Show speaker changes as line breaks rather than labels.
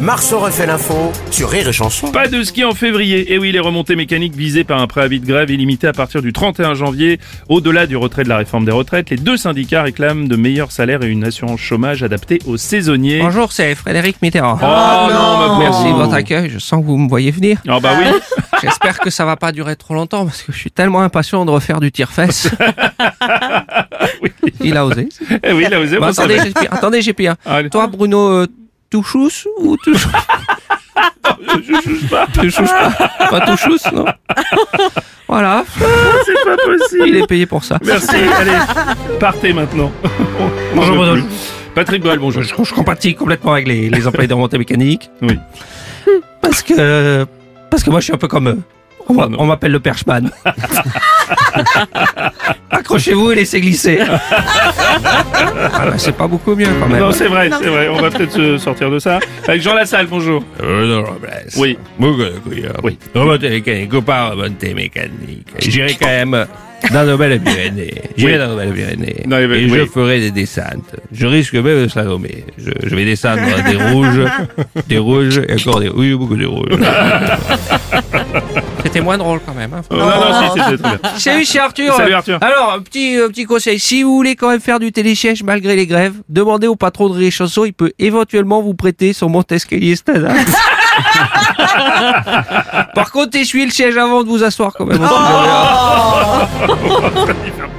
Marceau refait l'info sur Rire et Chanson.
Pas de ski en février. Et oui, les remontées mécaniques visées par un préavis de grève illimité à partir du 31 janvier, au-delà du retrait de la réforme des retraites, les deux syndicats réclament de meilleurs salaires et une assurance chômage adaptée aux saisonniers.
Bonjour, c'est Frédéric Mitterrand.
Oh non, ma pauvre.
Merci de votre accueil, je sens que vous me voyez venir.
Ah bah oui.
J'espère que ça va pas durer trop longtemps parce que je suis tellement impatient de refaire du tir-fesse. Il a osé.
Eh oui, là, vous
Bon,
avez
attendez, j'ai pire. Attendez, j'ai pire.
Allez.
Toi, Bruno, euh, touchous ou touchous Touchous pas. Pas touchous, non Voilà,
C'est pas
il
possible.
est payé pour ça.
Merci. Allez, partez maintenant. On
Bonjour,
en peut
Rodolphe.
plus. Patrick Boel, bonjour.
Je, je compatis complètement avec les, les employés de remontée mécanique
Oui.
parce que, euh, parce que moi, je suis un peu comme eux. On m'a- on m'appelle le perchman. Accrochez-vous et laissez glisser. Ah bah, c'est pas beaucoup mieux quand même.
Non, c'est vrai, c'est vrai. On va peut-être se sortir de ça. Avec Jean Lassalle, bonjour.
Euh, non, Robles.
Oui.
Beaucoup de couillons.
Oui.
Remontez mécanique, ou pas remontez mécanique. J'irai quand même euh, dans nos belles Pyrénées. J'irai
Oui.
dans nos belles Pyrénées.
Dans les belles-
et
oui.
je ferai des descentes. Je risque même de slalomer. Je, je vais descendre des rouges, des rouges et encore des Oui, beaucoup de rouges.
C'était moins drôle quand même. hein.
Oh, Non, non, si, c'était très bien.
Salut, c'est Arthur.
Salut, Arthur.
Alors, un petit, un petit conseil. Si vous voulez quand même faire du télésiège malgré les grèves, demandez au patron de Rire et Chanson. Il peut éventuellement vous prêter son Montesquieu hein. Stade. Oh, Par contre, essuyez le siège avant de vous asseoir quand même.
Faire